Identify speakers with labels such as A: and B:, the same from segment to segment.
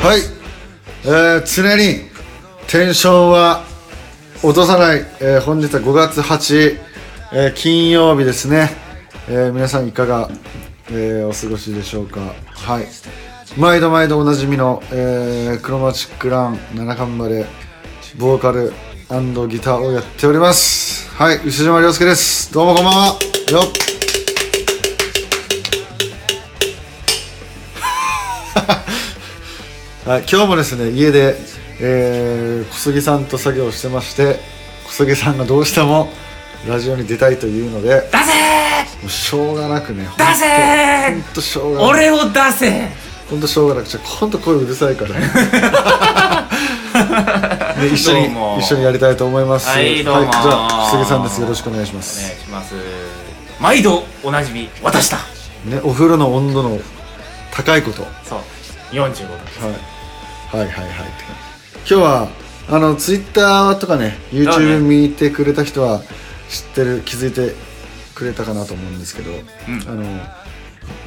A: はい、えー常にテンションは落とさない、えー本日は5月8、えー金曜日ですね、えー皆さんいかが、えーお過ごしでしょうかはい毎度毎度おなじみの、えークロマチックラン七冠までボーカルギターをやっておりますはい牛島亮介ですどうもこんばんはよっはい、今日もですね家で、えー小杉さんと作業をしてまして小杉さんがどうしてもラジオに出たいというので
B: 出せ
A: もうしょうがなくね
B: 出せ
A: ほんとしょうがなく
B: 俺を出せ
A: ほんとしょうがなくちょほんと声うるさい からねね一緒に
B: どうも
A: 一緒にやりたいと思います
B: はいどうも
A: じゃあ小杉さんですよろしくお願いしま
B: お願
A: す
B: いします毎度おなじみ私だ
A: ねお風呂の温度の高いこと
B: そう45度
A: はい、はいはいはい今日はあのツイッターとかね YouTube 見てくれた人は知ってる気づいてくれたかなと思うんですけど、あの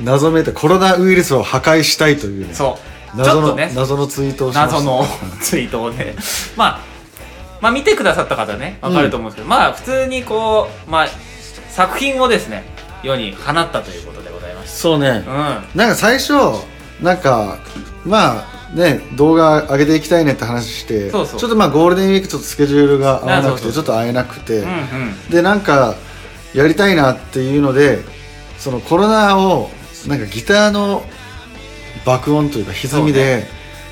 A: 謎めいたコロナウイルスを破壊したいという,、ね、
B: そうちょ
A: 謎
B: っ
A: の
B: とね
A: 謎のツイートをしました
B: 謎のツイートをね まあまあ見てくださった方ねわかると思うんですけど、まあ普通にこうまあ作品をですね世に放ったということでございまし
A: そうね
B: たうん
A: なんか最初なんかまあね動画上げていきたいねって話して
B: そうそう
A: ちょっとまあゴールデンウィークちょっとスケジュールが合わなく
B: あそうそ
A: て
B: う
A: ちょっと会えなくて、
B: うんうん
A: でなんかやりたいなっていうのでそのコロナをなんかギターの爆音というか歪みで、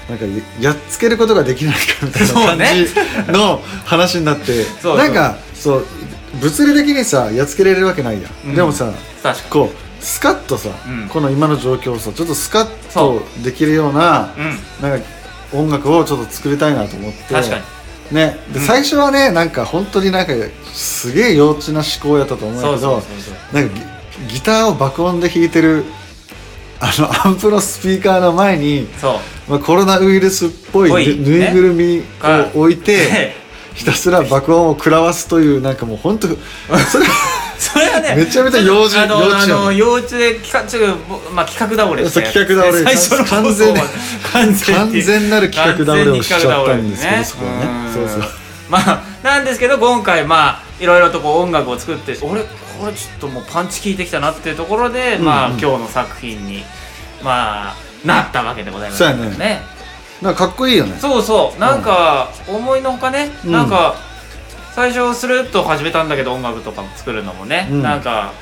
A: なんかやっつけることができないかみたいな
B: そう
A: 感
B: ね
A: じの話になって、
B: そうそう
A: なんかそう物理的にさやっつけれるわけないや、
B: うん
A: でもさ
B: 確か
A: こうスカッとさ、
B: うん
A: この今の状況をさちょっとスカッとできるような
B: にうん
A: なんか音楽をちょっと作りたいなと思って
B: 確かに
A: ね、で
B: うん
A: 最初はねなんか本当になんかすげえ幼稚な思考やったと思うんや
B: そう
A: け
B: そう
A: ど
B: そうそう
A: なんかギギターを爆音で弾いてるあのアンプのスピーカーの前に、
B: そう
A: まあ、コロナウイルスっぽい
B: ぽい
A: ぬぬいぐるみ
B: が
A: を置いて、
B: で
A: ひたすら爆音を食らわすというなんかもう本当そ れ
B: それはね
A: めちゃめちゃ幼児
B: あの
A: 幼稚
B: あ
A: 園
B: の幼稚で企画ちょっとぼまあ企画倒れし
A: そ
B: て
A: う企画倒れ
B: 最初の
A: 完全に
B: 放送は完全
A: 完
B: に
A: 全なる企画倒れをしちゃったんですけど、
B: 完全に企画倒れ
A: そこはね
B: う
A: そ
B: ん
A: うそう
B: まあなんですけど今回まあいろいろとこう音楽を作って俺これちょっともうパンチ効いてきたなっていうところで、まあ
A: うんう
B: 今
A: ん
B: 日の作品にまあなったわけでございます
A: そうやねなんかかっこいいよね
B: そうそうなんか思いのほかね、
A: うん
B: なんか最初スルッと始めたんだけど音楽とかも作るのもね、
A: うん
B: なんか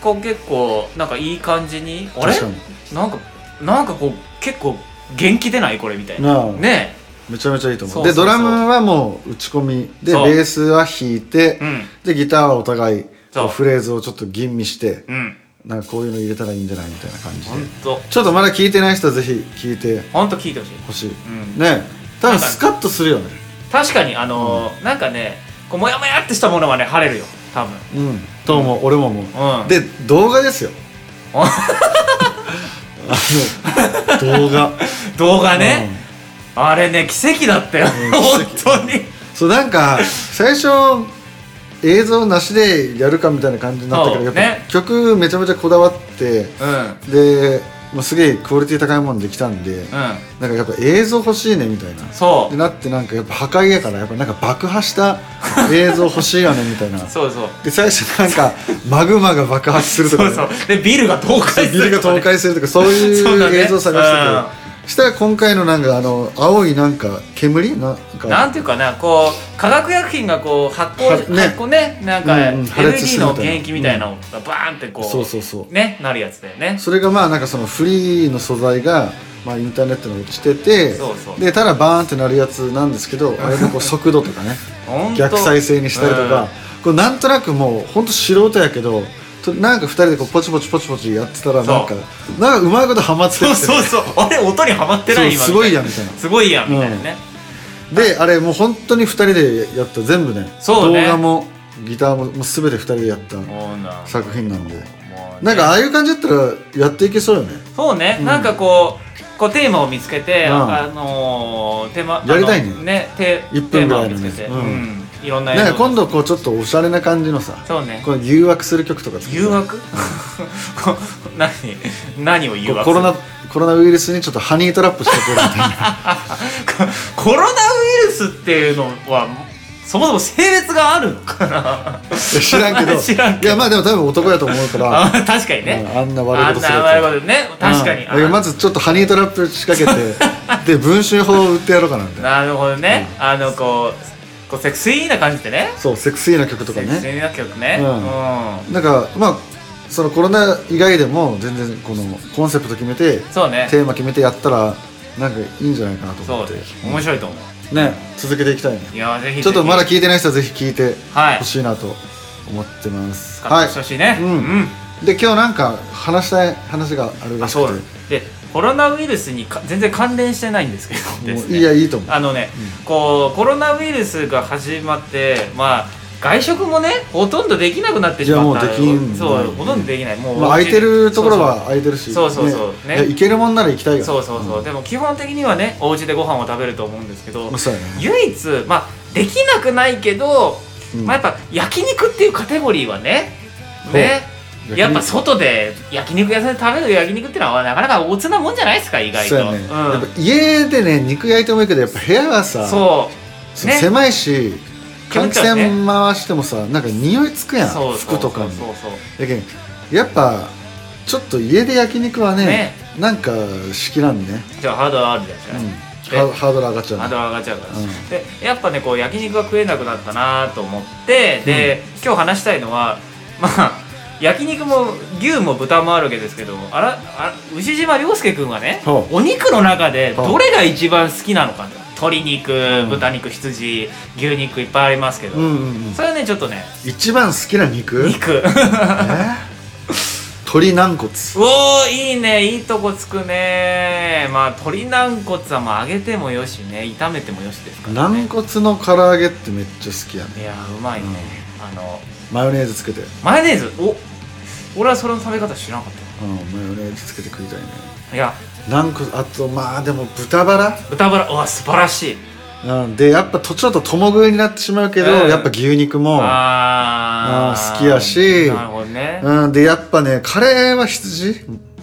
B: こう結構なんかいい感じにあれ
A: 確かに
B: なんかなんかこう結構元気出ないこれみたいな
A: なあ
B: ね
A: めちゃめちゃいいと思う
B: そうそうそ
A: でド
B: う
A: ラムはもう打ち込みで
B: そう
A: ベースは弾いて、
B: うん
A: でギターはお互い
B: そう
A: フレーズをちょっと吟味して
B: うん
A: なんかこういうの入れたらいいんじゃないみたいな感じで
B: ほんと
A: ちょっとまだ聞いてない人はぜひ聞いて
B: ほんと聞いてほしい、
A: ほしい
B: うん、
A: ね多
B: なん
A: 分
B: か
A: スカッとするよね
B: 確かにあのーなんかねこうモヤモヤってしたものはね晴れるよ多分
A: うんと思う、俺も思う、
B: うん
A: で動画ですよ
B: お
A: あの動画
B: 動画ね、
A: うん
B: あれね奇跡だったよ、
A: ん
B: 本
A: 奇
B: 当に
A: そうなんか最初映像なしでやるかみたいな感じになったけど、
B: そう
A: やっ
B: ね
A: ぱ曲めちゃめちゃこだわって
B: うん
A: で、まあ、すげえクオリティ高いもんできたんで、
B: うん
A: なんかやっぱ映像欲しいねみたいな
B: そう
A: でなってなんかやっぱ破壊やからやっぱなんか爆破した映像欲しいよねみたい な
B: そうそう
A: で最初なんかマグマが爆発するとか
B: そ
A: ね、
B: うそうでビルが倒壊する
A: ビルが倒壊するとかそう
B: そうだ
A: いう
B: ね
A: 映像探しててしたら今回のなんかあの青いなんか煙なんか
B: なんていうかなこう化学薬品がこう発
A: は
B: 酵
A: ね
B: 発酵ねなんか
A: うんうん破裂し
B: LED
A: てるみたいな
B: の原液みたいなのがバーンってこう
A: そうそうそう
B: ねなるやつだよね
A: それがまあなんかそのフリーの素材が、まあ、インターネットに落ちてて
B: そうそう
A: でただバーンってなるやつなんですけ どあれのこう速度とかね
B: ほんと
A: 逆再生にしたりと
B: う
A: か
B: ん、
A: これなんとなくもうほんと素人やけどとなんか2人でこうポチポチポチポチやってたらなんかなんかうまいことハマって
B: そ
A: て
B: うそうそうあれ音にはまってな
A: そ
B: い
A: う
B: 今
A: すごいやんみたいな
B: すごいやんみたいなね
A: であれもう本当に2人でやった全部ね
B: そうね
A: 動画もギターももう全て2人でやった
B: もうな
A: 作品なんで
B: もうね
A: なんかああいう感じだったらやっていけそうよね
B: そうね
A: うん
B: なんかこうこうテーマを見つけて
A: うん
B: あのーテーマあの
A: やりたいね
B: ねテ
A: 1分ぐらいのね
B: テーマを見つけて
A: うん
B: うんいろんな映像
A: ね
B: が
A: 今度こうちょっとおしゃれな感じのさ
B: そうね
A: こう誘惑する曲とか作って
B: 誘惑こ 何何を誘惑
A: コロ
B: する
A: ナコロナウイルスにちょっとハニートラップしてくるみたいな
B: ココロナウイルスっていうのはそもそも性別があるのかな
A: 知らんけど
B: 知らんけど
A: いやまあでも多分男やと思うから
B: あ確かにね、
A: うんあんな悪いことする
B: あんな悪いことね確かに、
A: うんだらまずちょっとハニートラップ仕掛けてで文春法を売ってやろうかなみたいな
B: なるほどね、あのこうこうセクシーな感じでね
A: そうセクシーな曲とか
B: セクシ
A: ね
B: ーな曲ね
A: う
B: うんん、
A: なんかまあそのコロナ以外でも全然このコンセプト決めて
B: そうね
A: テーマ決めてやったらなんかいいんじゃないかなと
B: そ
A: 思
B: う
A: って
B: です面白いと思う、
A: ね続けていきたいね
B: いやぜひぜひ
A: ちょっとまだ聞いてない人はぜひ聞いて
B: はい
A: ほしいなと思ってます
B: 使っ
A: は
B: てほしいね、
A: い、うんで今日なんか話したい話があるら
B: あ
A: し
B: そう
A: く
B: でコロナウイルスにか全然関連してないんですけ
A: て
B: ど
A: も
B: です
A: う
B: ね
A: いやいいと思う
B: あのね、こうコロナウイルスが始まってまあ外食もねほとんどできなくなってしまった
A: いやもうできん
B: そう
A: うん
B: ほとんどできないもう、
A: まあ、空いてるところは空いてるし
B: そうそうそう
A: ね
B: ね
A: いや行けるもんなら行きたいよ
B: そうそうそうそう、でも基本的にはねお家でご飯を食べると思うんですけど、
A: まあそうやね
B: 唯一まあできなくないけど、
A: うん
B: まあやっぱ焼肉っていうカテゴリーはね
A: そう
B: ね
A: 焼肉
B: やっぱ外で焼肉屋さんで食べる焼肉ってのはなかなかおつなもんじゃないですか意外
A: そ
B: と
A: うやね、
B: ん
A: やっぱ家でね肉焼いてもいいけどやっぱ部屋がさ
B: そう
A: そ
B: ね
A: 狭いし
B: 気持
A: 換
B: ち
A: 気
B: 悪いね
A: 扇回してもさなんか匂いつくやん
B: そうそう
A: 服とかに
B: そうそう
A: だけどやっぱちょっと家で焼肉はね
B: ね
A: なんか好きなんでね、
B: じゃあハードルあるじゃ
A: うん
B: ない、
A: ハーハードル上がっちゃうね
B: ハードル上がっちゃうから、
A: うん
B: でやっぱねこう焼肉が食えなくなったなと思ってで、今日話したいのはまあ焼肉も牛も豚もあるわけですけどあらあ牛島亮介君はね
A: ほう
B: お肉の中で
A: ほう
B: どれが一番好きなのかと鶏肉、
A: ん
B: 豚肉羊牛肉いっぱいありますけど、
A: うんうんうん
B: それはねちょっとね
A: 一番好きな肉
B: 肉
A: えー 鶏軟骨
B: おーいいねいいとこつくねまあ鶏軟骨はまあ揚げてもよしね炒めてもよしですから
A: 軟
B: ね
A: 骨の唐揚げってめっちゃ好きやね
B: いやーうまいね、あの
A: マヨネーズつけて
B: マヨネーズお俺はそれの食べ方知らなかっ
A: うんマヨネーズつけて食いたいね
B: たいや
A: 軟骨あとまあでも豚バラ
B: 豚バラうわ素晴らしい
A: うん、でやっぱとちょっと共食いになってしまうけど、
B: うん
A: やっぱ牛肉も、
B: あ
A: あ
B: ー
A: ー好きやし
B: なるほどね、
A: うん、でやっぱねカレーは羊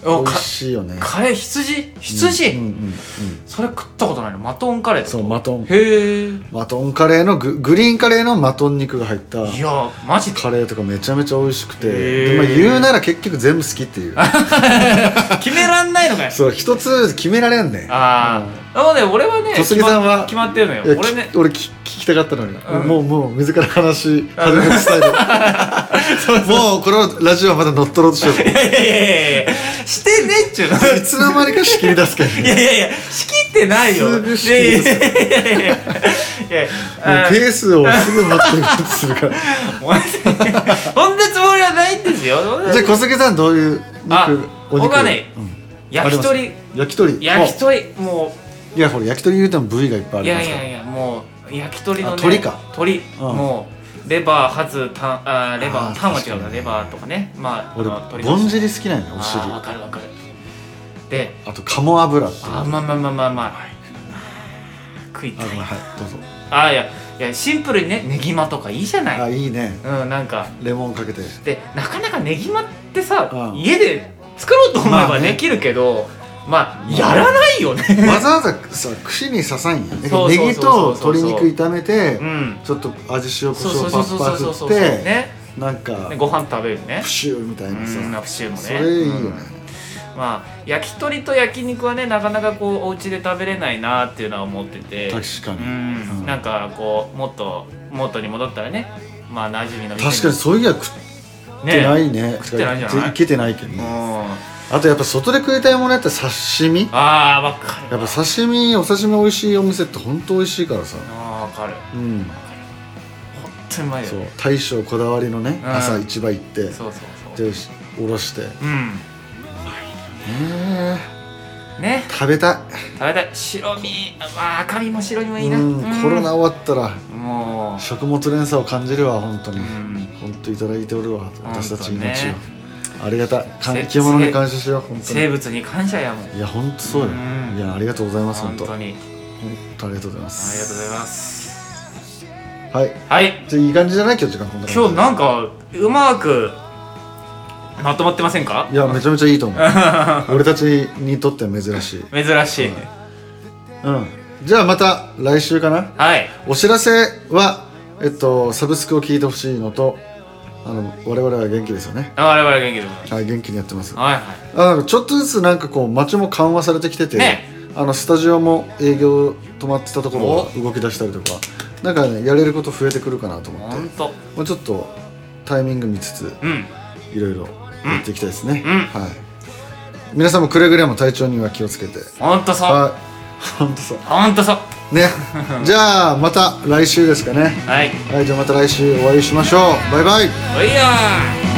B: お
A: 美
B: か
A: 味しいよね
B: カレー羊羊、
A: うんうんうんうん
B: それ食ったことないのマトンカレー
A: そうマトン
B: へえ
A: マトンカレーのググリーンカレーのマトン肉が入った
B: いやーマジで
A: カレーとかめちゃめちゃ美味しくて、
B: へー
A: でまあ、言うなら結局全部好きっていう
B: 決めらんないのかよ
A: そう一つ決められんね
B: ああ、なので俺はね
A: 小杉さんは
B: 決ま決まってるの
A: いや
B: よ俺ね
A: き俺き聞きたかったのに、
B: うん
A: もうもう自ら話始めるスタイル もうこのラジオはまだ乗っ取ろうとして
B: いやいやいやいやしてねっちゅうの
A: るいつの間にか仕切り出すからね
B: いやいやいや仕切ってないよ
A: すぐ仕切
B: いやい
A: る
B: やいやいやいやいや
A: もうペースをすぐ持ってることする からじゃ
B: お前そんなつもりはないんですよ。
A: あ小杉さんどういう
B: あ
A: 肉お肉
B: 僕はね
A: うん
B: 焼き鳥、
A: 焼き鳥
B: 焼き鳥、も、
A: おいやほら焼き鳥言うても部位がいっぱいうあ
B: い
A: りま
B: や
A: す
B: い
A: から
B: やいや、もう、焼き鳥の
A: あ
B: ね、
A: 鳥か
B: 鳥、
A: ん
B: もう、レバー、ハツ、タン、あーレバ
A: あー
B: ー、タンは違
A: 確
B: う
A: か
B: な、
A: に
B: レバーとかね、まあ、あの
A: 俺
B: 鳥
A: ぼん
B: り
A: じり好きなんよお尻
B: あーわかるわかる。で、
A: あと鴨油っていう
B: あー、まあまあまあまあまあ、食い
A: あ
B: た
A: ご
B: い
A: めん。はいどうぞ
B: あーいや、いや、シンプルにね、ネギマとかいいじゃな
A: あ
B: い。
A: いいね
B: うん、なんか、
A: レモンかけて
B: でなかなかねぎまってさ、
A: うん
B: 家で作ろうと思え
A: まあ
B: ば
A: ね
B: できるけど、まあ
A: まあ
B: やらないよね
A: わざわざさ串に刺さんやん
B: そうそう
A: ネギと
B: そうそう
A: 鶏肉炒めて
B: うん
A: ちょっと味塩コシ
B: そう
A: ョ
B: そ
A: ウ
B: う
A: パ
B: そう
A: ッ
B: そう
A: パ
B: そうそ
A: ー振
B: うそう
A: って
B: ね
A: なんか
B: でご飯食べるね
A: プシューみた
B: う
A: いなさ
B: んナプシューもね
A: それいいよ
B: う
A: ね
B: んまあ焼き鳥と焼肉はねなかなかこうお家で食べれないなっていうのは思ってて
A: 確かに
B: うん
A: うん
B: なんかこうもっと元に戻ったらねまあ馴染みの店
A: 確かにそういや食っ
B: ね
A: てないね
B: 食ってないんじゃない
A: いけてないけど
B: うん
A: ね
B: あ
A: あとやっぱ外で食いたいものやったら刺身
B: あわかる
A: やっぱ刺身お刺身美味しいお店って本当美味しいからさ
B: あわかる
A: うん
B: 本当にうまいよ
A: そう
B: ね
A: 大将こだわりのね
B: うん
A: 朝市場行って
B: そうそうそう
A: でおろしてへ
B: うん
A: え
B: ね
A: 食べた
B: 食べたい白身あ赤身も白身も
A: い
B: いいな、
A: うんコロナ終わったら
B: も
A: 食物連鎖を感じるわ本当に
B: う、うん、
A: 本当いただいておるわ私たちの命を、
B: 本
A: ありがたいか
B: せ
A: 生き物に感謝しよう本当
B: 生
A: に
B: 物に感謝やもん
A: いや本当そうよ、
B: うん
A: いやありがとうございます本
B: 本
A: 当
B: 当
A: 本
B: に
A: 当ありがとうございま
B: ありが
A: す
B: とうございます
A: はい
B: はい
A: じゃあいい感じじゃない今日時間こんな感じ
B: 今日なんかうまくまとまってませんか
A: いやめちゃめちゃいいと 思う俺たちにとっては珍しい
B: 珍しい
A: うんじゃあまた来週かな
B: はい
A: お知らせはえっとサブスクを聞いてほしいのとあの我々は元気ですよね
B: あ我々元気でございます
A: はい元気にやってます
B: はいはい
A: あなんかちょっとずつなんかこう街も緩和されてきてて、
B: ね
A: あのスタジオも営業止まってたところが動き出したりとかなんかねやれること増えてくるかなと思って
B: ほんと
A: もうちょっとタイミング見つつ
B: うん
A: いろいろやっていきたいですね、
B: うん
A: はい皆さんもくれぐれも体調には気をつけて
B: ほんとそう
A: はい本当そう
B: ほんとそう
A: ねじゃあまた来週ですかね
B: はい
A: はいじゃあまた来週お会いしましょうバイバイ
B: おいやー